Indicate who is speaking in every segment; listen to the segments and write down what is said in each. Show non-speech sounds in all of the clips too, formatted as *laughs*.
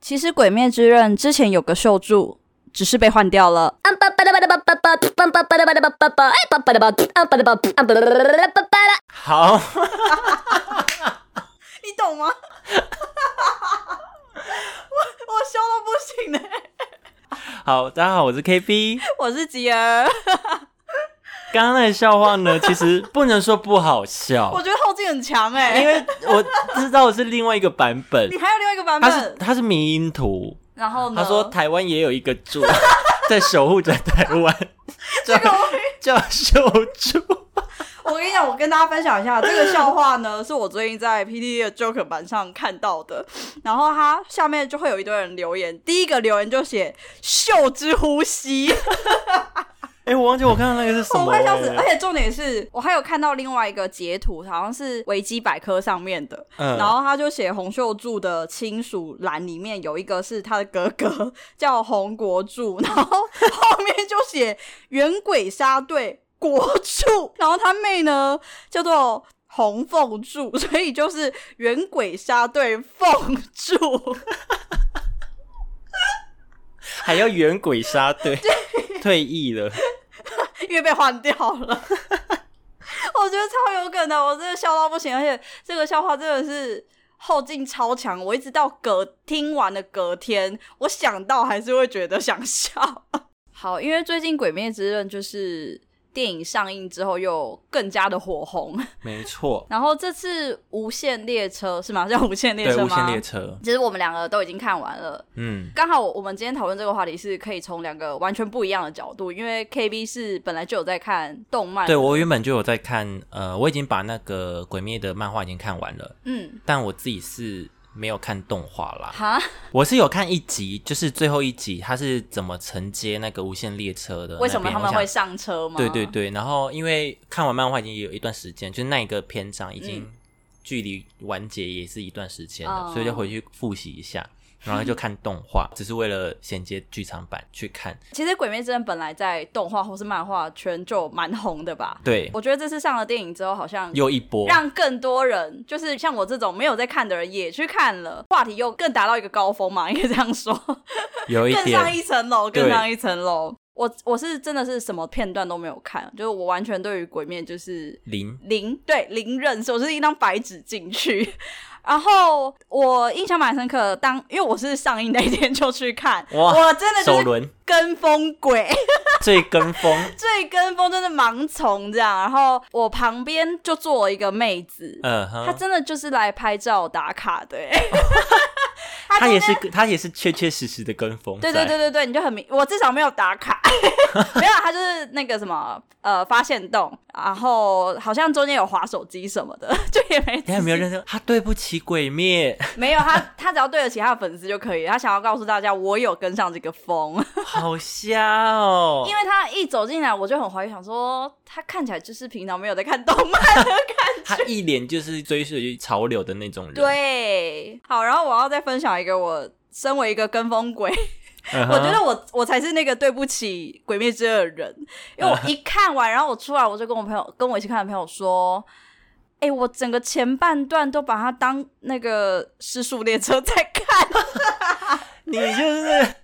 Speaker 1: 其实《鬼灭之刃》之前有个秀柱，只是被换掉了。
Speaker 2: 好， *laughs*
Speaker 1: 你懂吗？ *laughs* 我我笑到不行呢、欸
Speaker 2: 好，大家好，我是 KB。
Speaker 1: 我是吉儿，
Speaker 2: 刚刚那个笑话
Speaker 1: *laughs*
Speaker 2: 呢，其实不能说不好笑
Speaker 1: 我，觉得后劲很强哎、
Speaker 2: 因为我知道是另外一个版本
Speaker 1: 你，还有另外一个版
Speaker 2: 它是
Speaker 1: 本，嗯
Speaker 2: 它是迷因图，
Speaker 1: 然后呢？
Speaker 2: 他说台湾也有一个柱 *laughs* 在守护着台湾，叫叫守住。
Speaker 1: 我跟你 *laughs* 讲，我跟大家分享一下这个笑话呢，是我最近在 PTT 的 Joker 版上看到的。然后它下面就会有一堆人留言，第一个留言就写“秀之呼吸
Speaker 2: 哎、我忘记我看到那个是”，什
Speaker 1: 我
Speaker 2: 么、
Speaker 1: 快笑死！而
Speaker 2: 欸。
Speaker 1: 且重点是我还有看到另外一个截图，好像是维基百科上面的，
Speaker 2: 嗯
Speaker 1: 然后他就写洪秀柱的亲属栏里面有一个是他的哥哥 *laughs* 叫洪国柱，然后后面就写远鬼杀队国柱， *laughs* 然后他妹呢叫做洪凤柱，所以就是远鬼杀队凤柱。
Speaker 2: 还要远鬼
Speaker 1: *laughs*
Speaker 2: 杀队退役了，
Speaker 1: 因为被换掉了。 *laughs* 我觉得超有梗的，我真的笑到不行，而且这个笑话真的是后劲超强。我一直到隔听完的隔天，我想到还是会觉得想笑。 *laughs* 好，因为最近《鬼灭之刃》就是电影上映之后又更加的火红，
Speaker 2: 没错，
Speaker 1: 然后这次《无限列车》是吗？叫《无限列
Speaker 2: 对
Speaker 1: 车》
Speaker 2: 无
Speaker 1: 吗？
Speaker 2: 限列车，
Speaker 1: 其实我们两个都已经看完了，
Speaker 2: 嗯，
Speaker 1: 刚好我我们今天讨论这个话题是可以从两个完全不一样的角度，因为 KB 是本来就有在看动漫，
Speaker 2: 对我原本就有在看，呃，我已经把那个鬼灭的漫画已经看完了，
Speaker 1: 嗯，
Speaker 2: 但我自己是没有看动画啦，
Speaker 1: 哈，
Speaker 2: 我是有看一集，就是最后一集，他是怎么承接那个无限列车的那边？
Speaker 1: 为什么他们
Speaker 2: 我想
Speaker 1: 会上车吗？
Speaker 2: 对对，对，然后因为看完漫画已经有一段时间，就是那一个篇章已经距离完结也是一段时间了，
Speaker 1: 哦
Speaker 2: 所以就回去复习一下，然后就看动
Speaker 1: *laughs*
Speaker 2: 画，只是为了衔接剧场版去看。
Speaker 1: 其实《鬼灭之刃》本来在动画或是漫画圈就蛮红的吧，
Speaker 2: 对，
Speaker 1: 我觉得这次上了电影之后，好像
Speaker 2: 又一波，
Speaker 1: 让更多人，就是像我这种没有在看的人也去看了，话题又更达到一个高峰嘛，应该这样
Speaker 2: *laughs*
Speaker 1: 说，
Speaker 2: 有一
Speaker 1: 更上
Speaker 2: 点
Speaker 1: 一层楼，更
Speaker 2: 对
Speaker 1: 上一层楼。我我是真的是什么片段都没有看，就是我完全对于《鬼灭》就是
Speaker 2: 零，
Speaker 1: 零对零认识，我是一张白纸进去。然后我印象蛮深刻的，当因为我是上映那一天就去看，
Speaker 2: 哇
Speaker 1: 我真的就
Speaker 2: 首
Speaker 1: 是
Speaker 2: 轮
Speaker 1: 跟风鬼， *laughs*
Speaker 2: 最跟风，
Speaker 1: 最跟风真的盲从这样。然后我旁边就坐了一个妹子，
Speaker 2: 嗯
Speaker 1: 她
Speaker 2: 哼，
Speaker 1: 真的就是来拍照打卡的、欸，她
Speaker 2: 他
Speaker 1: 中
Speaker 2: 也
Speaker 1: 间
Speaker 2: 是他也是确确实实的跟风，
Speaker 1: 对对对，对对，你就很明，我至少没有打卡， *laughs* 没有，他就是那个什么呃发现洞，然后好像中间有划手机什么的， *laughs* 就也没
Speaker 2: 你有没有认真？他对不起
Speaker 1: *laughs*
Speaker 2: 鬼灭，
Speaker 1: 没有他，他只要对得起他的粉丝就可以。他想要告诉大家，我有跟上这个风，
Speaker 2: 好瞎哦，
Speaker 1: 因为他一走进来，我就很怀疑，想说他看起来就是平常没有在看动漫的感觉。
Speaker 2: 他一脸就是追随潮流的那种人，，
Speaker 1: 对，好，然后我要再分享一个我。身为一个跟风鬼，
Speaker 2: 嗯
Speaker 1: 我
Speaker 2: 哼、
Speaker 1: 觉得我我才是那个对不起《鬼灭之刃》的人，因为我一看完，然后我出来，我就跟我朋友跟我一起看的朋友说：“哎、我整个前半段都把它当那个失速列车在看，
Speaker 2: 你就是。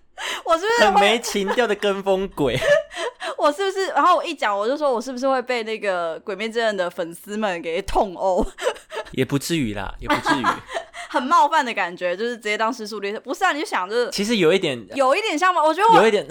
Speaker 1: 我是不是
Speaker 2: 很没情调的跟风
Speaker 1: *laughs*
Speaker 2: 鬼，
Speaker 1: 我是不是？然后我一讲，我就说我是不是会被那个《鬼灭之刃》的粉丝们给痛殴，
Speaker 2: 也不至于啦，也不
Speaker 1: *laughs*
Speaker 2: 至于。
Speaker 1: 很冒犯的感觉，就是直接当失速列车。不是啊，你就想就是
Speaker 2: 其实有一点，
Speaker 1: 有一点像吗？我觉得
Speaker 2: 有
Speaker 1: 我
Speaker 2: 一点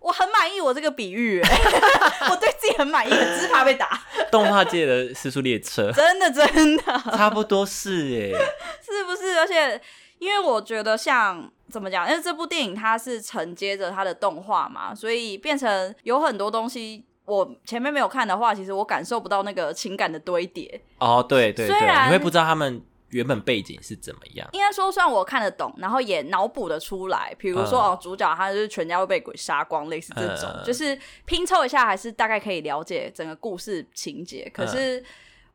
Speaker 1: 我很满意我这个比喻、欸 *laughs* 我对自己很满意，只是怕被打，
Speaker 2: 动画界的《失速列车
Speaker 1: 真的真的。” *laughs*
Speaker 2: 差不多是哎、
Speaker 1: 是不是？而且，因为我觉得像怎么讲，因为这部电影它是承接着它的动画嘛，所以变成有很多东西。我前面没有看的话，其实我感受不到那个情感的堆叠。
Speaker 2: 哦，对对
Speaker 1: 虽然
Speaker 2: 对，你会不知道他们原本背景是怎么样。
Speaker 1: 应该说，虽然我看得懂，然后也脑补的出来，比如说、
Speaker 2: 嗯
Speaker 1: 哦，主角他就是全家会被鬼杀光，类似这种，
Speaker 2: 嗯
Speaker 1: 就是拼凑一下，还是大概可以了解整个故事情节。可是
Speaker 2: 嗯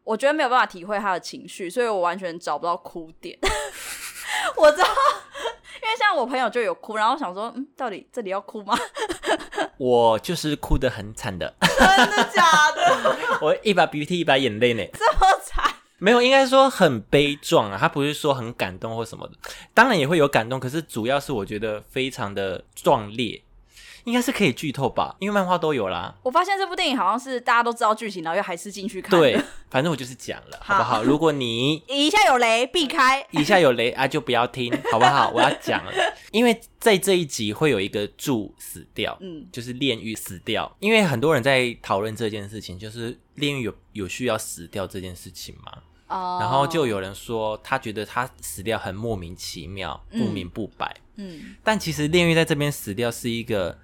Speaker 1: 我觉得没有办法体会他的情绪，所以我完全找不到哭点。 *laughs* 我知道，因为像我朋友就有哭，然后我想说，嗯，到底这里要哭吗？
Speaker 2: 我就是哭得很惨的，
Speaker 1: 真的假的？
Speaker 2: *laughs* 我一把鼻涕一把眼泪呢。
Speaker 1: 这么惨？
Speaker 2: 没有，应该说很悲壮啊，他不是说很感动或什么的，当然也会有感动，可是主要是我觉得非常的壮烈，应该是可以剧透吧，因为漫画都有啦。
Speaker 1: 我发现这部电影好像是大家都知道剧情，然后又还是进 *laughs* 去看。
Speaker 2: 对，，反正我就是讲了，好不好？如果你
Speaker 1: 一下有雷避开。
Speaker 2: 以下有雷啊，就不要听，好不好？我要讲了，因为在这一集会有一个柱死掉，
Speaker 1: 嗯，
Speaker 2: 就是炼狱死掉，因为很多人在讨论这件事情，就是炼狱有有需要死掉这件事情吗？
Speaker 1: 哦
Speaker 2: 然后就有人说，他觉得他死掉很莫名其妙，不明不白。
Speaker 1: 嗯
Speaker 2: 但其实炼狱在这边死掉是一个，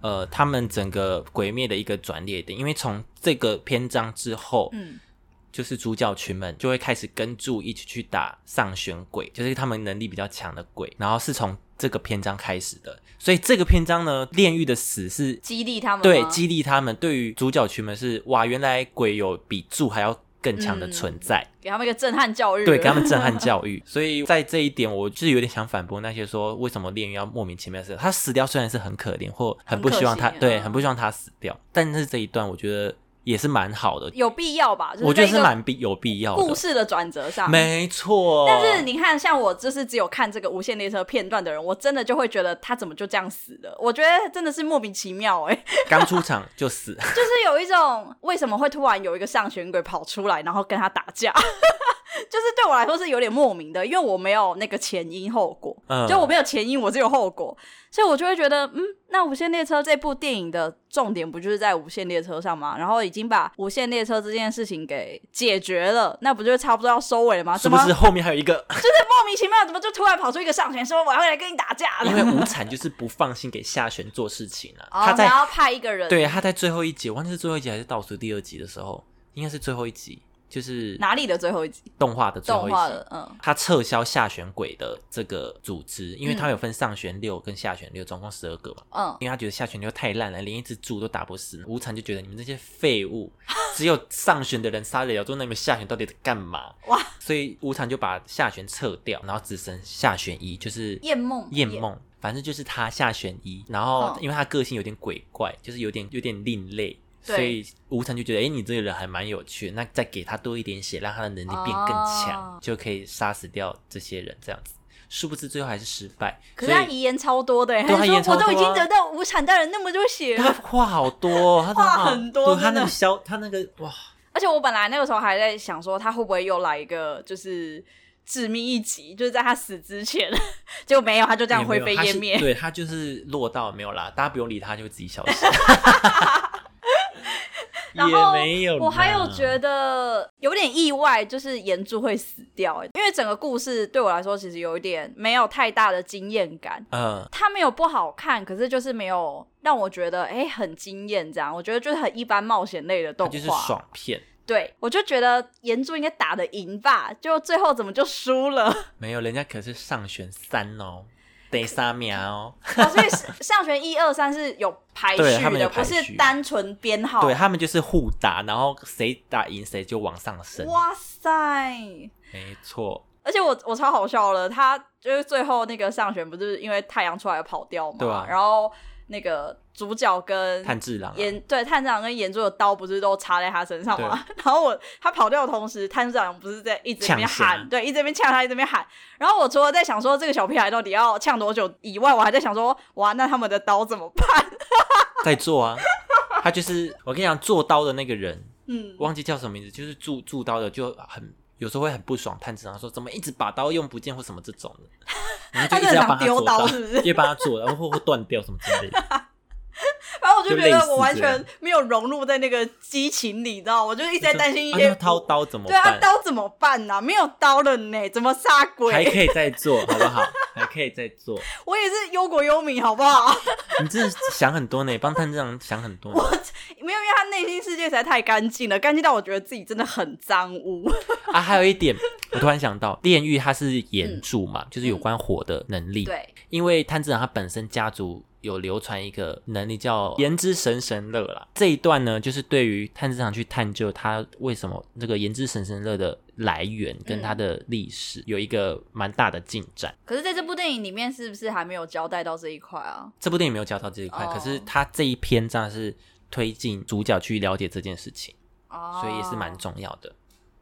Speaker 2: 呃，他们整个鬼灭的一个转捩点，因为从这个篇章之后，
Speaker 1: 嗯
Speaker 2: 就是主角群们就会开始跟住一起去打上旋鬼，就是他们能力比较强的鬼。然后是从这个篇章开始的，所以这个篇章呢，炼狱的死是
Speaker 1: 激励他们
Speaker 2: 对
Speaker 1: 吗
Speaker 2: 激励他们，对于主角群们是哇，原来鬼有比柱还要更强的
Speaker 1: 嗯
Speaker 2: 存在。
Speaker 1: 给他们一个震撼教育，
Speaker 2: 对，给他们震
Speaker 1: *laughs*
Speaker 2: 撼教育。所以在这一点，我就是有点想反驳那些说为什么炼狱要莫名其妙死。他死掉虽然是很可怜，或很不希望他
Speaker 1: 很可惜
Speaker 2: 对，
Speaker 1: 嗯
Speaker 2: 很不希望他死掉，但是这一段我觉得也是蛮好的，
Speaker 1: 有必要吧？就
Speaker 2: 我觉得
Speaker 1: 在一
Speaker 2: 是
Speaker 1: 个
Speaker 2: 蛮必有必要
Speaker 1: 故
Speaker 2: 的。
Speaker 1: 事的转折上，
Speaker 2: 没啊错，
Speaker 1: 但是你看，像我就是只有看这个《无限列车》片段的人，我真的就会觉得他怎么就这样死了？我觉得真的是莫名其妙哎、
Speaker 2: 刚出场就死，
Speaker 1: 就是有一种为什么会突然有一个上旋鬼跑出来，然后跟他打架， *laughs* 就是对我来说是有点莫名的，因为我没有那个前因后果，
Speaker 2: 嗯
Speaker 1: 就我没有前因，我只有后果，所以我就会觉得，嗯，那《无限列车》这部电影的重点不就是在《无限列车》上吗？然后已经把《无限列车》这件事情给解决了，那不就差不多要收尾了吗？
Speaker 2: 是
Speaker 1: 怎
Speaker 2: 不
Speaker 1: 啊么
Speaker 2: 是后面还有一个？
Speaker 1: 莫名其妙，怎么就突然跑出一个上旋说我要来跟你打架？
Speaker 2: 因为无产就是不放心给下旋做事情啊，
Speaker 1: 哦
Speaker 2: 他在
Speaker 1: 然后派一个人，
Speaker 2: 对他在最后一集，我忘记是最后一集还是倒数第二集的时候，应该是最后一集，就是
Speaker 1: 哪里的最后一集？
Speaker 2: 动画的最后
Speaker 1: 动
Speaker 2: 一
Speaker 1: 画
Speaker 2: 集。
Speaker 1: 的，嗯
Speaker 2: 他撤销下选鬼的这个组织，因为他有分上选六跟下选六，总共十二个嘛。
Speaker 1: 嗯，
Speaker 2: 因为他觉得下选六太烂了，连一只猪都打不死。无常就觉得你们这些
Speaker 1: *laughs*
Speaker 2: 废物，只有上选的人杀得了猪，那你们下选到底在干嘛？
Speaker 1: 哇！
Speaker 2: 所以无常就把下选撤掉，然后只剩下选一，就是
Speaker 1: 燕梦，
Speaker 2: 燕，梦，反正就是他下选一，然后
Speaker 1: 嗯
Speaker 2: 因为他个性有点鬼怪，就是有点有点另类，
Speaker 1: 对
Speaker 2: 所以吴成就觉得，哎、你这个人还蛮有趣，那再给他多一点血，让他的能力变更强，
Speaker 1: 哦
Speaker 2: 就可以杀死掉这些人，这样子。殊不知最后还是失败，
Speaker 1: 可是他
Speaker 2: 所以
Speaker 1: 遗言超多的欸，
Speaker 2: 对
Speaker 1: 他
Speaker 2: 他
Speaker 1: 就
Speaker 2: 遗言
Speaker 1: 说我
Speaker 2: 超
Speaker 1: 都
Speaker 2: 多啊
Speaker 1: 已经得到无产大人那么多
Speaker 2: *laughs*
Speaker 1: 血 *laughs*
Speaker 2: 他
Speaker 1: 了，
Speaker 2: 话好多、哦，他真的
Speaker 1: 话
Speaker 2: 好
Speaker 1: 很多
Speaker 2: 对他
Speaker 1: 真
Speaker 2: 那个
Speaker 1: 的
Speaker 2: 消，他那个哇，
Speaker 1: 而且我本来那个时候还在想说他会不会又来一个就是致命一击，就是在他死之前， *laughs* 结果没有，他就这样
Speaker 2: 也
Speaker 1: 灰
Speaker 2: 没有
Speaker 1: 飞
Speaker 2: 他是
Speaker 1: 烟灭。
Speaker 2: 对他就是落到没有啦，大家不用理他，就会自己消失。
Speaker 1: *laughs* 然
Speaker 2: 也
Speaker 1: 后
Speaker 2: 没有啦，
Speaker 1: 我还有觉得有点意外，就是岩柱会死掉，因为整个故事对我来说其实有一点没有太大的惊艳感。
Speaker 2: 嗯，
Speaker 1: 它没有不好看，可是就是没有让我觉得哎、诶很惊艳这样。我觉得就是很一般冒险类的动
Speaker 2: 他
Speaker 1: 画，
Speaker 2: 就是爽片。
Speaker 1: 对我就觉得岩柱应该打得赢吧，就最后怎么就输了？
Speaker 2: 没有，人家可是上选三哦，得三秒哦。
Speaker 1: *laughs* 哦、所以是上旋一二三是有排序
Speaker 2: 对他们
Speaker 1: 的，
Speaker 2: 有
Speaker 1: 不
Speaker 2: 排序
Speaker 1: 是单纯编号。
Speaker 2: 对他们就是互打，然后谁打赢谁就往上升。
Speaker 1: 哇塞！
Speaker 2: 没错，
Speaker 1: 而且我我超好笑了，他就是最后那个上旋不是因为太阳出来跑掉嘛，
Speaker 2: 对啊
Speaker 1: 然后那个主角跟
Speaker 2: 炭治郎啊、
Speaker 1: 岩对探长跟岩柱的刀不是都插在他身上吗？ *laughs* 然后我他跑掉的同时，探长不是在一直在那边
Speaker 2: 呛
Speaker 1: 喊，
Speaker 2: 声
Speaker 1: 对，一直在那边呛他，一直在那边喊。然后我除了在想说这个小屁孩到底要呛多久以外，我还在想说，哇，那他们的刀怎么办？ *laughs*
Speaker 2: 在做啊。他就是我跟你讲，做刀的那个人，
Speaker 1: 嗯，
Speaker 2: 忘记叫什么名字，就是铸铸刀的，就很有时候会很不爽，炭治郎说怎么一直把刀用不见或什么这种的，
Speaker 1: *laughs*
Speaker 2: 然后就一直要帮
Speaker 1: 他就很想丢
Speaker 2: 做
Speaker 1: 刀是不是
Speaker 2: 因为帮他做，然后或或断掉什么之类的。
Speaker 1: 然后我就觉
Speaker 2: 就类
Speaker 1: 得
Speaker 2: 似
Speaker 1: 我完
Speaker 2: 这样
Speaker 1: 全没有融入在那个激情里，你知道，我就一直 *laughs* 在担心一
Speaker 2: 啊
Speaker 1: 些
Speaker 2: 那掏刀怎么
Speaker 1: 对啊
Speaker 2: 办？
Speaker 1: 刀怎么办啊呢、没有刀了呢，怎么杀
Speaker 2: 还
Speaker 1: 鬼？
Speaker 2: 可以再做，好不好？还可以再做。
Speaker 1: *laughs* 我也是忧国忧民，好不好？ *laughs*
Speaker 2: 你真的想很多呢，帮炭治郎想很多。
Speaker 1: 没有，因为他内心世界实在太干净了，干净到我觉得自己真的很脏污。
Speaker 2: 啊，还有一点，我突然想到，炼狱它是炎柱嘛，就是有关火的能力。，
Speaker 1: 嗯对，
Speaker 2: 因为炭治郎他本身家族有流传一个能力叫炎之神神乐啦。这一段呢，就是对于炭治郎去探究他为什么这个炎之神神乐的来源跟它的历史、有一个蛮大的进展。
Speaker 1: 可是在这部电影里面，是不是还没有交代到这一块啊？
Speaker 2: 这部电影没有教到这一块，
Speaker 1: 哦
Speaker 2: 可是他这一篇章是推进主角去了解这件事情，
Speaker 1: 哦
Speaker 2: 所以也是蛮重要的。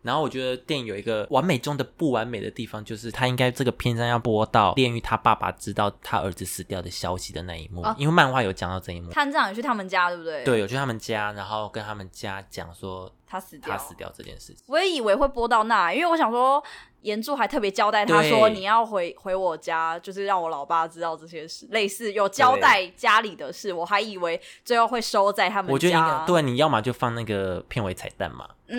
Speaker 2: 然后我觉得电影有一个完美中的不完美的地方，就是他应该这个篇章要播到炼狱他爸爸知道他儿子死掉的消息的那一幕，
Speaker 1: 哦
Speaker 2: 因为漫画有讲到这一幕。
Speaker 1: 探长也去他们家，对不对？，
Speaker 2: 对，有去他们家，然后跟他们家讲说
Speaker 1: 他死掉，
Speaker 2: 他死掉这件事情。
Speaker 1: 我也以为会播到那，因为我想说，严柱还特别交代他说
Speaker 2: 对
Speaker 1: 你要回回我家，就是让我老爸知道这些事，类似有交代家里的事，我还以为最后会收在他们家。
Speaker 2: 我觉得应该，对，你要么就放那个片尾彩蛋嘛，
Speaker 1: 嗯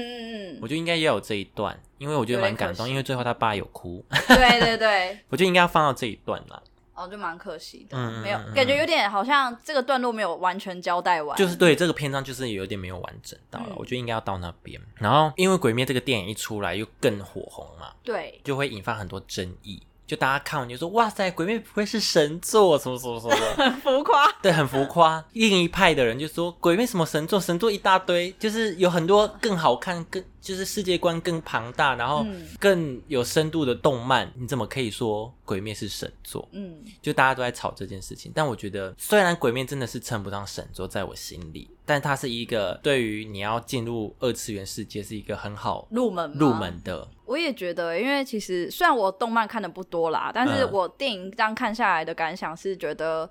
Speaker 1: 嗯
Speaker 2: 我觉得应该也有这一段，因为我觉得蛮感动，
Speaker 1: 有点可惜
Speaker 2: 因为最后他爸有哭，
Speaker 1: 嗯，对对对，
Speaker 2: 我觉得应该要放到这一段啦。
Speaker 1: 哦，就蛮可惜的，
Speaker 2: 嗯嗯
Speaker 1: 没有
Speaker 2: 嗯嗯
Speaker 1: 感觉有点好像这个段落没有完全交代完，
Speaker 2: 就是对这个篇章就是有点没有完整到了，
Speaker 1: 嗯
Speaker 2: 我觉得应该要到那边。然后因为《鬼灭》这个电影一出来又更火红嘛，
Speaker 1: 对。
Speaker 2: 就会引发很多争议。就大家看完就说哇塞，《鬼灭》不愧是神作，什么什么什么的，
Speaker 1: 浮夸，
Speaker 2: 对，很浮夸。另一派的人就说，《鬼灭》什么神作，神作一大堆，就是有很多更好看、更就是世界观更庞大，然后
Speaker 1: 嗯
Speaker 2: 更有深度的动漫，你怎么可以说《鬼灭》是神作？
Speaker 1: 嗯，
Speaker 2: 就大家都在吵这件事情，但我觉得虽然《鬼面真的是称不上神作，在我心里，但它是一个对于你要进入二次元世界是一个很好
Speaker 1: 入门吗
Speaker 2: 入，门的，
Speaker 1: 我也觉得，因为其实虽然我动漫看的不多啦，但是
Speaker 2: 嗯
Speaker 1: 我电影这样看下来的感想是，觉得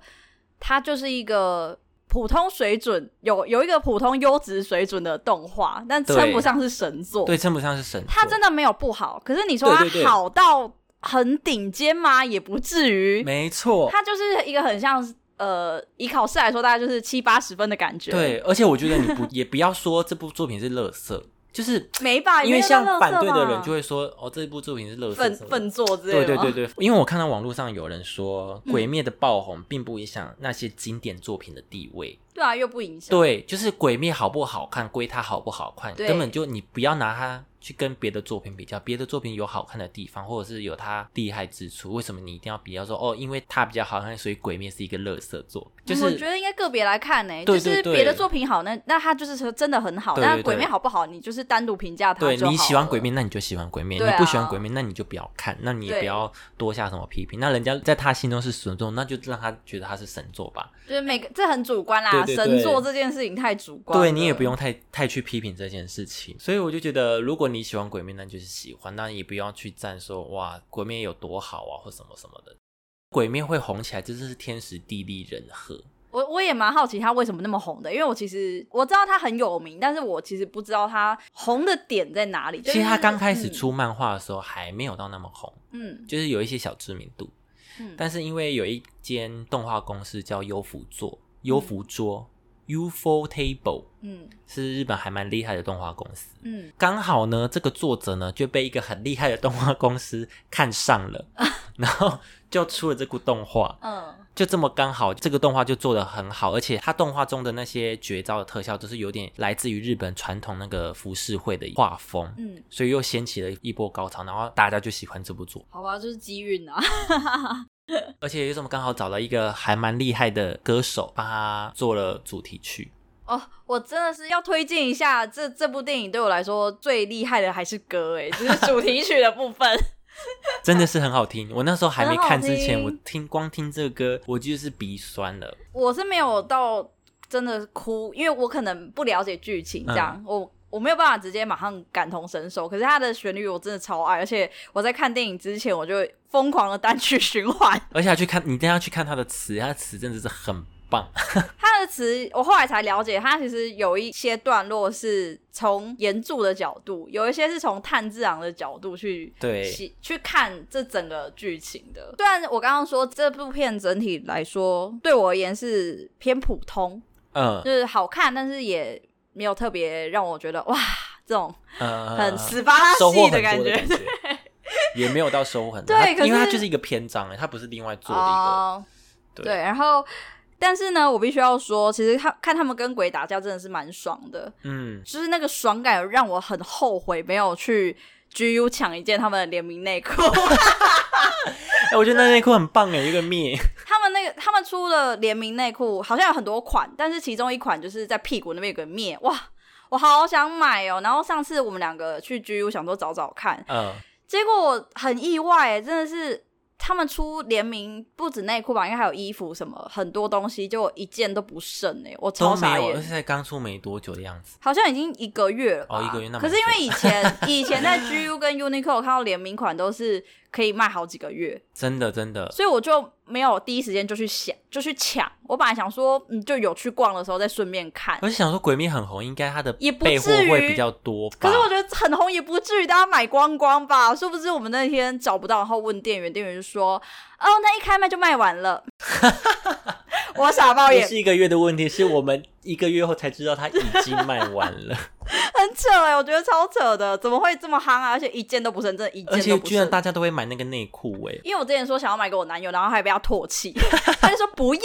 Speaker 1: 它就是一个普通水准，有有一个普通优质水准的动画，但
Speaker 2: 对
Speaker 1: 称不上是神作。
Speaker 2: 对，称不上是神作。
Speaker 1: 它真的没有不好，可是你说它
Speaker 2: 对对对
Speaker 1: 好到很顶尖吗？也不至于，
Speaker 2: 没错，
Speaker 1: 它就是一个很像呃，以考试来说，大概就是七八十分的感觉。
Speaker 2: 对，，而且我觉得你不 *laughs* 也不要说这部作品是垃圾，就是
Speaker 1: 没吧？
Speaker 2: 因为像反对的人就
Speaker 1: 会
Speaker 2: 会说哦，这部作品是垃圾
Speaker 1: 愤
Speaker 2: 什么的
Speaker 1: 愤作之类的哦
Speaker 2: 对
Speaker 1: 吗。嗯
Speaker 2: 对对对，因为我看到网络上有人说，《鬼灭》的爆红并不影响那些经典作品的地位。
Speaker 1: 对啊，又不影响。
Speaker 2: 对，就是《鬼灭》好不好看，归它好不好看，
Speaker 1: 对
Speaker 2: 根本就你不要拿它去跟别的作品比较，别的作品有好看的地方，或者是有它厉害之处，为什么你一定要比较说哦，因为它比较好看，所以《鬼灭》是一个垃圾作，就
Speaker 1: 嗯我觉
Speaker 2: 是。
Speaker 1: 得应该个别来看呢、
Speaker 2: 对
Speaker 1: 就是
Speaker 2: 对对
Speaker 1: 别的作品好，那那它就是真的很好。
Speaker 2: 对对
Speaker 1: 但
Speaker 2: 对
Speaker 1: 鬼面好不好，你就是单独评价它
Speaker 2: 对
Speaker 1: 就好
Speaker 2: 你喜欢
Speaker 1: 了
Speaker 2: 鬼灭，那你就喜欢鬼灭；
Speaker 1: 对啊
Speaker 2: 你不喜欢鬼灭，那你就不要看，那你也不
Speaker 1: 对
Speaker 2: 要多下什么批评。那人家在他心中是神作，那就让他觉得他是神作吧。
Speaker 1: 就是每个这很主观啦
Speaker 2: 对对对
Speaker 1: 神作这件事情太主观了，
Speaker 2: 对你也不用太太去批评这件事情，所以我就觉得，如果你喜欢鬼灭，那就是喜欢，那也不要去赞说哇鬼灭有多好啊或什么什么的。鬼灭会红起来，真的是天时地利人和。
Speaker 1: 我我也蛮好奇他为什么那么红的，因为我其实我知道他很有名，但是我其实不知道他红的点在哪里。就
Speaker 2: 其实他刚开始
Speaker 1: 嗯
Speaker 2: 出漫画的时候还没有到那么红，
Speaker 1: 嗯
Speaker 2: 就是有一些小知名度。
Speaker 1: 嗯
Speaker 2: 但是因为有一间动画公司叫优福座、优福桌、UFO Table，
Speaker 1: 嗯
Speaker 2: 是日本还蛮厉害的动画公司。
Speaker 1: 嗯，
Speaker 2: 刚好呢，这个作者呢就被一个很厉害的动画公司看上了，然后就出了这部动画。
Speaker 1: 嗯，
Speaker 2: 就这么刚好，这个动画就做得很好，而且它动画中的那些绝招的特效，都是有点来自于日本传统那个浮世绘的画风，
Speaker 1: 嗯，
Speaker 2: 所以又掀起了一波高潮，然后大家就喜欢这部作，
Speaker 1: 好吧，就是机运啊。
Speaker 2: 而且又这么刚好找了一个还蛮厉害的歌手帮他做了主题曲，
Speaker 1: *laughs* 哦，我真的是要推荐一下这这部电影，对我来说最厉害的还是歌哎、就是主题曲的部分。
Speaker 2: 真的是很好听。我那时候还没看之前，
Speaker 1: 很好
Speaker 2: 我
Speaker 1: 听
Speaker 2: 听光听这个歌，我就是鼻酸了。
Speaker 1: 我是没有到真的哭，因为我可能不了解剧情，这样、我我没有办法直接马上感同身受。可是它的旋律我真的超爱，而且我在看电影之前我就疯狂的单曲循环
Speaker 2: 而且要去看，你一定要去看他的词，他的词真的是很棒。
Speaker 1: 它的词。我后来才了解，它其实有一些段落是从岩柱的角度，有一些是从炭治郎的角度去
Speaker 2: 对
Speaker 1: 去去看这整个剧情的。虽然我刚刚说这部片整体来说对我而言是偏普通， *laughs*
Speaker 2: 嗯
Speaker 1: 就是好看，但是也没有特别让我觉得哇这种
Speaker 2: 呃，
Speaker 1: 很死巴拉
Speaker 2: 收获
Speaker 1: 戏
Speaker 2: 很多
Speaker 1: 感
Speaker 2: 的
Speaker 1: 觉。 *laughs*
Speaker 2: 感觉，也没有到收获很多。
Speaker 1: 对
Speaker 2: 它
Speaker 1: 可是
Speaker 2: 因为它就是一个篇章，哎它不是另外做的一个。
Speaker 1: 哦
Speaker 2: 对
Speaker 1: 对，然后但是呢，我必须要说，其实他看他们跟鬼打架真的是蛮爽的，
Speaker 2: 嗯，
Speaker 1: 就是那个爽感有让我很后悔没有去 GU 抢一件他们的联名内裤。 *laughs*
Speaker 2: 哎，我觉得那内裤很棒哎，有一个灭，
Speaker 1: 他们那个他们出了联名内裤，好像有很多款，但是其中一款就是在屁股那边有个面，哇，我好想买哦。然后上次我们两个去 GU 想说找找看，
Speaker 2: 嗯，
Speaker 1: 结果我很意外，真的是他们出联名不止内裤吧，应该还有衣服什么很多东西，就我一件都不剩哎、我超
Speaker 2: 都没
Speaker 1: 傻
Speaker 2: 有，而
Speaker 1: 眼
Speaker 2: 且。才刚出没多久的样子。
Speaker 1: 好像已经一个月了吧？
Speaker 2: 哦一个月那
Speaker 1: 可
Speaker 2: 蛮
Speaker 1: 是因为以前以前在 GU 跟 Uniqlo 看到联名款都是可以卖好几个月，
Speaker 2: *laughs* 真的真的，
Speaker 1: 所以我就没有第一时间就去想就去抢。我本来想说，嗯，就有去逛的时候再顺便看。
Speaker 2: 而且想说《鬼灭》很红，应该它的
Speaker 1: 也不
Speaker 2: 备货
Speaker 1: 至于
Speaker 2: 会比较多吧？
Speaker 1: 可是我觉得很红也不至于大家买光光吧？殊不知我们那天找不到，然后问店员，店员就说：“哦，那一开卖就卖完了。” *laughs* 我傻爆
Speaker 2: 不
Speaker 1: 眼，
Speaker 2: 是一个月的问题，是我们一个月后才知道它已经卖完
Speaker 1: *laughs*
Speaker 2: 了，
Speaker 1: 很扯哎、我觉得超扯的，怎么会这么夯啊？而且一件都不剩，真的一
Speaker 2: 而
Speaker 1: 件
Speaker 2: 且
Speaker 1: 都不
Speaker 2: 居然
Speaker 1: 剩。
Speaker 2: 大家都会买那个内裤，哎，
Speaker 1: 因为我之前说想要买给我男友，然后还被他唾
Speaker 2: *laughs*
Speaker 1: 弃，他就说不要，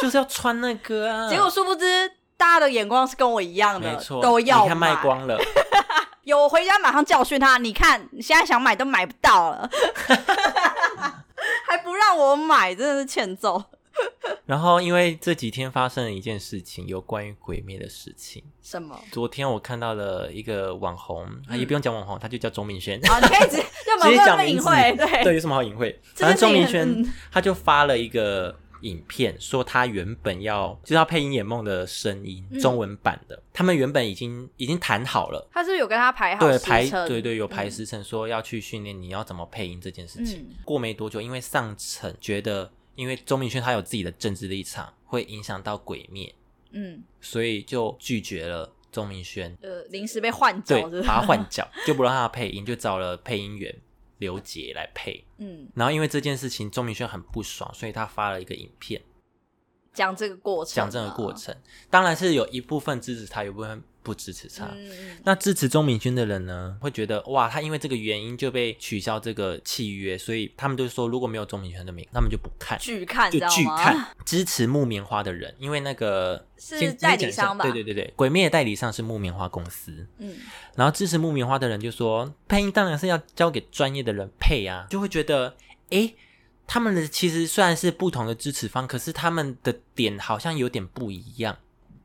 Speaker 2: 就是要穿那个啊。
Speaker 1: 结果殊不知大家的眼光是跟我一样
Speaker 2: 没
Speaker 1: 的，
Speaker 2: 错，
Speaker 1: 都要
Speaker 2: 你看卖光了，
Speaker 1: 有，我回家马上教训他。你看，你现在想买都买不到了， *laughs* 还不让我买，真的是欠揍。
Speaker 2: 然后因为这几天发生了一件事情，有关于鬼灭的事情。
Speaker 1: 什么？
Speaker 2: 昨天我看到了一个网红，啊也不用讲网红，他就叫钟明轩，
Speaker 1: *laughs* 啊，你可以直接就
Speaker 2: 直
Speaker 1: 没
Speaker 2: 接
Speaker 1: 有那
Speaker 2: 讲
Speaker 1: 么
Speaker 2: 名
Speaker 1: 隐
Speaker 2: 字
Speaker 1: 晦，对，
Speaker 2: 对，有什么好隐晦？
Speaker 1: 这
Speaker 2: 反
Speaker 1: 件
Speaker 2: 正钟明
Speaker 1: 事情很
Speaker 2: 轩他就发了一个影片，说他原本要就是要配《鹰眼梦》的声音，
Speaker 1: 嗯
Speaker 2: 中文版的，他们原本已经已经谈好了。
Speaker 1: 他是不是有跟他排好
Speaker 2: 对
Speaker 1: 时
Speaker 2: 排
Speaker 1: 程嗯
Speaker 2: 对对有排时辰说要去训练你要怎么配音这件事情。
Speaker 1: 嗯
Speaker 2: 过没多久，因为上层觉得，因为钟明轩他有自己的政治立场，会影响到鬼灭，
Speaker 1: 嗯，
Speaker 2: 所以就拒绝了钟明轩，
Speaker 1: 呃，临时被换角
Speaker 2: 对
Speaker 1: 是不，是
Speaker 2: 把他换角，就不让他配音，就找了配音员刘杰来配。
Speaker 1: *laughs* 嗯，
Speaker 2: 然后因为这件事情，钟明轩很不爽，所以他发了一个影片
Speaker 1: 讲这个过程，啊
Speaker 2: 讲这个过，程。当然是有一部分支持他，有一部分不支持他。
Speaker 1: 嗯嗯
Speaker 2: 那支持钟明轩的人呢，会觉得哇，他因为这个原因就被取消这个契约，所以他们就说如果没有钟明轩的名，他们就不看，
Speaker 1: 拒看，啊
Speaker 2: 就
Speaker 1: 你知道
Speaker 2: 拒
Speaker 1: 吗？
Speaker 2: 看。支持木棉花的人，因为那个
Speaker 1: 是
Speaker 2: 先
Speaker 1: 代
Speaker 2: 先
Speaker 1: 理
Speaker 2: 讲一下
Speaker 1: 商吧
Speaker 2: 对对对对，鬼灭的代理商是木棉花公司。
Speaker 1: 嗯，
Speaker 2: 然后支持木棉花的人就说，配音当然是要交给专业的人配啊，就会觉得，诶，他们的其实虽然是不同的支持方，可是他们的点好像有点不一样，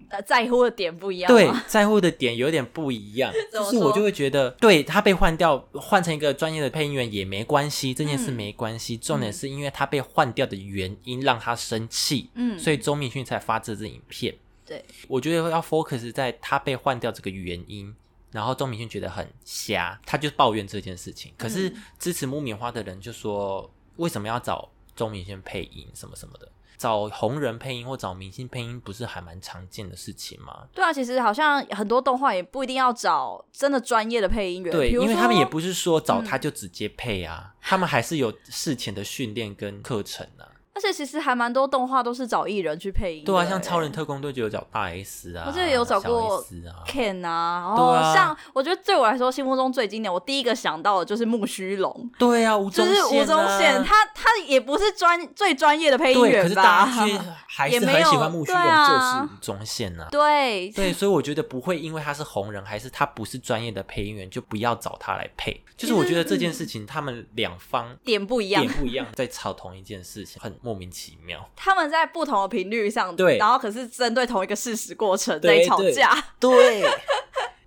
Speaker 1: 呃，在乎的点不一样，啊
Speaker 2: 对，，在乎的点有点不一样，
Speaker 1: 怎么
Speaker 2: 就是我
Speaker 1: 说
Speaker 2: 就会觉得，对他被换掉，换成一个专业的配音员也没关系，这件事
Speaker 1: 嗯
Speaker 2: 没关系，重点是因为他被换掉的原因让他生气，
Speaker 1: 嗯
Speaker 2: 所以周明勋才发这支影片。
Speaker 1: 对，
Speaker 2: 我觉得要 focus 在他被换掉这个原因，然后钟明轩觉得很瞎，他就抱怨这件事情。可是
Speaker 1: 嗯
Speaker 2: 支持木棉花的人就说，为什么要找钟明轩配音什么什么的？找红人配音或找明星配音，不是还蛮常见的事情吗？
Speaker 1: 对啊，其实好像很多动画也不一定要找真的专业的配音员，
Speaker 2: 对，
Speaker 1: 比如
Speaker 2: 因为他们
Speaker 1: 说嗯
Speaker 2: 也不是说找他就直接配啊，他们还是有事前的训练跟课程啊。
Speaker 1: 而且其实还蛮多动画都是找艺人去配音的欸，
Speaker 2: 对啊，像超人特工队就有找大 S 啊，
Speaker 1: 我记得有找过
Speaker 2: 小 S 啊，
Speaker 1: Ken 啊，然
Speaker 2: 对
Speaker 1: 后
Speaker 2: 啊
Speaker 1: 像我觉得对我来说心目中最经典，我第一个想到的就是木须龙，
Speaker 2: 对啊，吴
Speaker 1: 就
Speaker 2: 宗
Speaker 1: 是
Speaker 2: 宪、啊，
Speaker 1: 吴宗宪，他他也不是专最专业的配音
Speaker 2: 对，可
Speaker 1: 员
Speaker 2: 是大
Speaker 1: 吧？
Speaker 2: 家却还
Speaker 1: 也
Speaker 2: 是
Speaker 1: 没
Speaker 2: 很
Speaker 1: 有
Speaker 2: 喜欢木须
Speaker 1: 对啊
Speaker 2: 龙，就是吴宗宪呐。
Speaker 1: *laughs* 对，
Speaker 2: 对，所以我觉得不会因为他是红人，还是他不是专业的配音员，就不要找他来配。就是我觉得这件事情，他们两方
Speaker 1: *laughs* 点嗯不一样
Speaker 2: 点，不一样，在吵同一件事情，很莫名其妙。
Speaker 1: 他们在不同的频率上，
Speaker 2: 对
Speaker 1: 然后可是针对同一个事实过程在
Speaker 2: 对
Speaker 1: 吵
Speaker 2: 对
Speaker 1: 架。
Speaker 2: 对，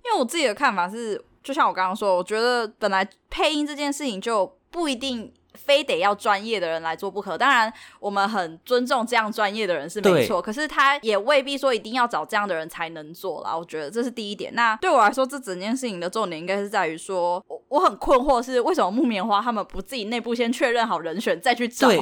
Speaker 1: 因为我自己的看法是，就像我刚刚说，我觉得本来配音这件事情就不一定非得要专业的人来做不可。当然，我们很尊重这样专业的人是没错，可是他也未必说一定要找这样的人才能做啦。我觉得这是第一点。那对我来说，这整件事情的重点应该是在于说，我我很困惑是为什么木棉花他们不自己内部先确认好人选再去找？
Speaker 2: 对，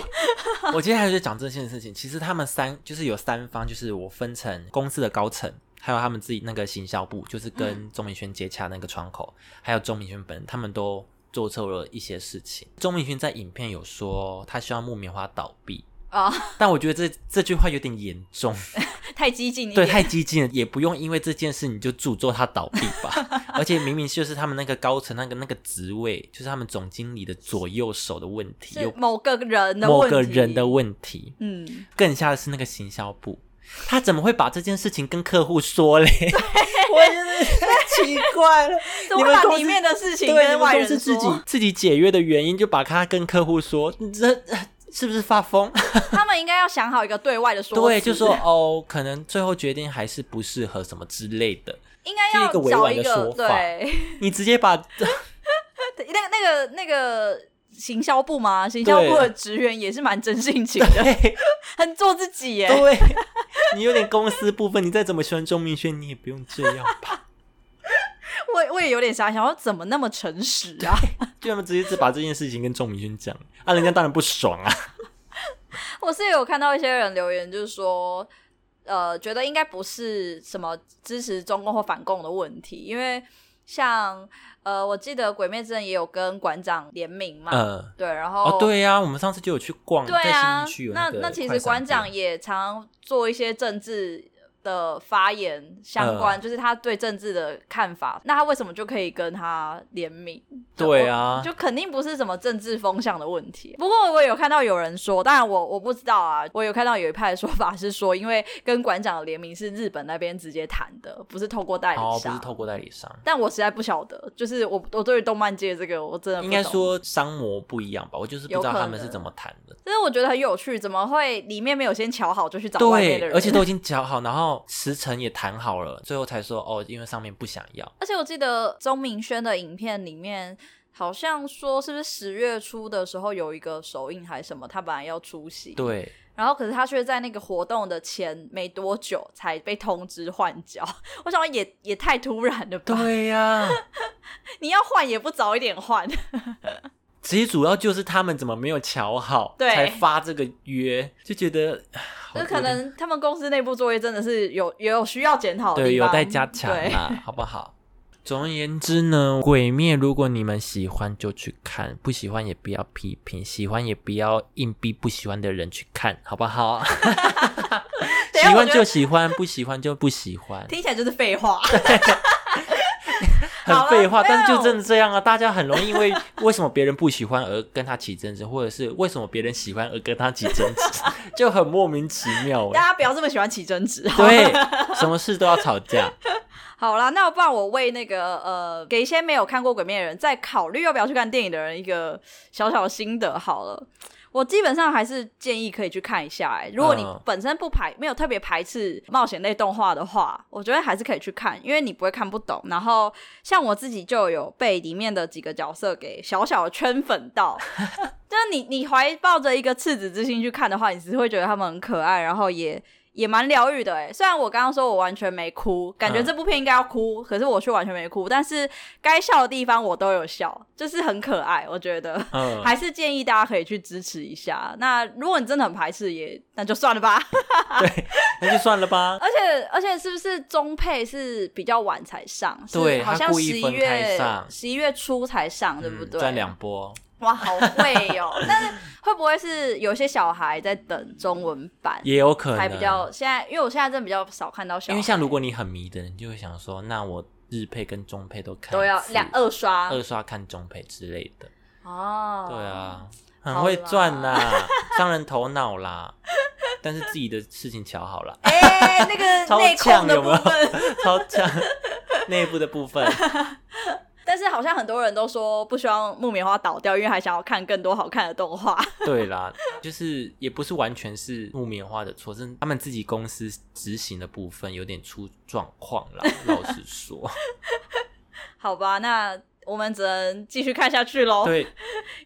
Speaker 2: 我今天还是讲这件事情。其实他们三就是有三方，就是我分成公司的高层，还有他们自己那个行销部，就是
Speaker 1: 嗯
Speaker 2: 跟钟明轩接洽那个窗口，还有钟明轩本人，他们都做错了一些事情。钟明轩在影片有说他希望木棉花倒闭，
Speaker 1: 啊、
Speaker 2: 但我觉得这这句话有点严重，
Speaker 1: 哎太激进一
Speaker 2: 对，
Speaker 1: 点。
Speaker 2: 太激进了，也不用因为这件事你就诅咒他倒闭吧。 *laughs* 而且明明就是他们那个高层那个那个职位，就是他们总经理的左右手的问题，
Speaker 1: 是
Speaker 2: 有
Speaker 1: 某个人的
Speaker 2: 某
Speaker 1: 问题，
Speaker 2: 个人的问题。
Speaker 1: 嗯，
Speaker 2: 更吓的是那个行销部，他怎么会把这件事情跟客户说嘞？我觉得太奇怪了。
Speaker 1: *laughs* 怎么
Speaker 2: 你
Speaker 1: 会
Speaker 2: 们
Speaker 1: 把
Speaker 2: 公司
Speaker 1: 里面的事情
Speaker 2: 对，你
Speaker 1: 跟
Speaker 2: 们
Speaker 1: 外
Speaker 2: 公
Speaker 1: 人
Speaker 2: 司
Speaker 1: 说？
Speaker 2: 自己自己解约的原因，就把他跟客户说，你这是不是发疯？
Speaker 1: 他们应该要想好一个对外的说辞，
Speaker 2: 对，就说哦，可能最后决定还是不适合什么之类的。
Speaker 1: 应该要
Speaker 2: 是一个委
Speaker 1: 找
Speaker 2: 婉
Speaker 1: 一 *laughs*
Speaker 2: 的
Speaker 1: 个
Speaker 2: 说法 *laughs*
Speaker 1: 对，
Speaker 2: 你直接把
Speaker 1: 那个那个那个行销部嘛，行销部的职员也是蛮真性情的， *laughs*
Speaker 2: 对
Speaker 1: 很做自己耶。
Speaker 2: 对，你有点公司部分，你再怎么喜欢钟明轩，你也不用这样吧？
Speaker 1: 我我也有点傻，想要怎么那么诚实啊？
Speaker 2: 就他们直接把这件事情跟钟明轩讲，啊，人家当然不爽
Speaker 1: *laughs*
Speaker 2: 啊。
Speaker 1: *laughs* 我是有看到一些人留言，就是说，呃，觉得应该不是什么支持中共或反共的问题，因为像呃，我记得《鬼灭之刃》也有跟馆长联名嘛，
Speaker 2: 嗯，
Speaker 1: 对，然后、
Speaker 2: 哦，对呀、我们上次就有去逛，
Speaker 1: 对
Speaker 2: 在
Speaker 1: 啊
Speaker 2: 新一区有，
Speaker 1: 那
Speaker 2: 个
Speaker 1: 那其
Speaker 2: 快
Speaker 1: 实
Speaker 2: 闪
Speaker 1: 馆长
Speaker 2: 店
Speaker 1: 也常做一些政治的发言相
Speaker 2: 呃
Speaker 1: 关，就是他对政治的看法。那他为什么就可以跟他联名？
Speaker 2: 对啊
Speaker 1: 就肯定不是什么政治风向的问题。不过我有看到有人说，当然我我不知道啊，我有看到有一派的说法是说，因为跟馆长的联名是日本那边直接谈的，不是透过代理
Speaker 2: 哦，不
Speaker 1: 商。
Speaker 2: 是透过代理商。
Speaker 1: 但我实在不晓得，就是我我对于动漫界这个我真的不
Speaker 2: 应该
Speaker 1: 懂
Speaker 2: 说商模不一样吧，我就是不知道他们是怎么谈的。
Speaker 1: 但是我觉得很有趣，怎么会里面没有先瞧好就去找外面的
Speaker 2: 对，
Speaker 1: 人？
Speaker 2: 而且都已经讲好，然后时辰也谈好了，最后才说哦，因为上面不想要。
Speaker 1: *laughs* 而且我记得钟明轩的影片里面，好像说是不是十月初的时候有一个首映还是什么，他本来要出席，， *laughs*
Speaker 2: 对，
Speaker 1: 然后可是他却在那个活动的前没多久才被通知换角， *laughs* 我想也也太突然了吧？
Speaker 2: 对呀、
Speaker 1: *laughs* 你要换也不早一点换，
Speaker 2: 其实主要就是他们怎么没有瞧好，
Speaker 1: 对
Speaker 2: 才发这个约，就觉得好
Speaker 1: 就
Speaker 2: 有
Speaker 1: 可
Speaker 2: 点
Speaker 1: 能他们公司内部作业真的是有也有需要检讨的
Speaker 2: 对
Speaker 1: 地方
Speaker 2: 有待加强
Speaker 1: 对 *laughs*
Speaker 2: 啦，好不好？总而言之呢，《鬼灭》如果你们喜欢就去看，不喜欢也不要批评，喜欢也不要硬逼不喜欢的人去看，好不好？
Speaker 1: *laughs* 等一
Speaker 2: 喜
Speaker 1: 下我
Speaker 2: 欢
Speaker 1: 觉
Speaker 2: 就
Speaker 1: 得
Speaker 2: 喜欢，不喜欢就不
Speaker 1: *laughs*
Speaker 2: 喜欢，
Speaker 1: 听起来就是废话。
Speaker 2: 很
Speaker 1: 好
Speaker 2: 废
Speaker 1: 了
Speaker 2: 话，
Speaker 1: 没
Speaker 2: 但就
Speaker 1: 有
Speaker 2: 真的这样啊！大家很容易因为为什么别人不喜欢而跟他起争执，或者是为什么别人喜欢而跟他起争执， *laughs* 就很莫名其妙
Speaker 1: 大 *laughs*
Speaker 2: 哎。
Speaker 1: 家不要这么喜欢起争执。
Speaker 2: 对，什么事都要吵架。
Speaker 1: 好啦，那不然我为那个呃，给一些没有看过《鬼灭》的人，在考虑要不要去看电影的人一个小小心得好了。我基本上还是建议可以去看一下、欸，如果 *laughs* 你
Speaker 2: 嗯
Speaker 1: 本身不排没有特别排斥冒险类动画的话，我觉得还是可以去看，因为你不会看不懂。然后像我自己就有被里面的几个角色给小小圈粉到，就是你你怀抱着一个赤子之心去看的话，你只是会觉得他们很可爱，然后也也蛮疗愈的哎。虽然我刚刚说我完全没哭，感觉
Speaker 2: 嗯
Speaker 1: 这部片应该要哭，可是我却完全没哭，但是该笑的地方我都有笑，就是很可爱，我觉得。
Speaker 2: 嗯，
Speaker 1: 还是建议大家可以去支持一下。那如果你真的很排斥也，那就算了
Speaker 2: *laughs*
Speaker 1: 吧。
Speaker 2: 那就算
Speaker 1: *laughs*
Speaker 2: 了吧。
Speaker 1: 而且而且，是不是中配是比较晚才上？是
Speaker 2: 对
Speaker 1: 好
Speaker 2: 他
Speaker 1: 像
Speaker 2: 故
Speaker 1: 十
Speaker 2: 意
Speaker 1: 一
Speaker 2: 分开
Speaker 1: 月
Speaker 2: 上
Speaker 1: 十一月初才上，对
Speaker 2: 嗯
Speaker 1: 不对？
Speaker 2: 赚两波，
Speaker 1: 哇，好贵
Speaker 2: *laughs*
Speaker 1: 哦！但是会不会是有些小孩在等中文版，
Speaker 2: 也有可能。
Speaker 1: 才比较现在？因为我现在真的比较少看到小孩，
Speaker 2: 因为像如果你很迷的人，你就会想说，那我日配跟中配都看一次，
Speaker 1: 都要两二刷
Speaker 2: 二刷看中配之类的。
Speaker 1: 哦，
Speaker 2: 对，啊，很
Speaker 1: 好
Speaker 2: 会
Speaker 1: 啦
Speaker 2: 赚呐，伤人头脑啦。但是自己的事情瞧好了，
Speaker 1: 哎、那个
Speaker 2: *laughs* 超
Speaker 1: 内控
Speaker 2: 呛
Speaker 1: 的
Speaker 2: 有没
Speaker 1: 部
Speaker 2: 有
Speaker 1: 分。？*laughs*
Speaker 2: *laughs* 超呛内部的部分，
Speaker 1: 但是好像很多人都说不希望木棉花倒掉，因为还想要看更多好看的动画。 *laughs*
Speaker 2: 对啦，就是也不是完全是木棉花的错，是他们自己公司执行的部分有点出状况啦。老实说，
Speaker 1: 好吧，那我们只能继续看下去喽。
Speaker 2: 对，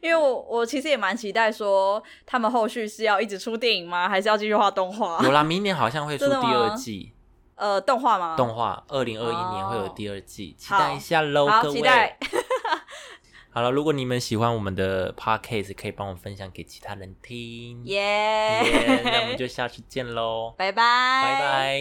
Speaker 1: 因为我我其实也蛮期待说他们后续是要一直出电影吗，还是要继续画动画？
Speaker 2: 有啦，明年好像会出
Speaker 1: 真的
Speaker 2: 第二
Speaker 1: 吗
Speaker 2: 季
Speaker 1: 呃，动画吗？
Speaker 2: 动画，二零二一年会有
Speaker 1: 哦
Speaker 2: 第二季，期
Speaker 1: 好
Speaker 2: 待一下喽，
Speaker 1: 好
Speaker 2: 各
Speaker 1: 期
Speaker 2: 位。
Speaker 1: 待。
Speaker 2: *laughs* 好了，如果你们喜欢我们的 podcast，可以帮我分享给其他人
Speaker 1: *laughs*
Speaker 2: 听。
Speaker 1: 耶，
Speaker 2: 嗯耶那我们就下次见喽，
Speaker 1: 拜拜，
Speaker 2: 拜
Speaker 1: 拜
Speaker 2: 拜。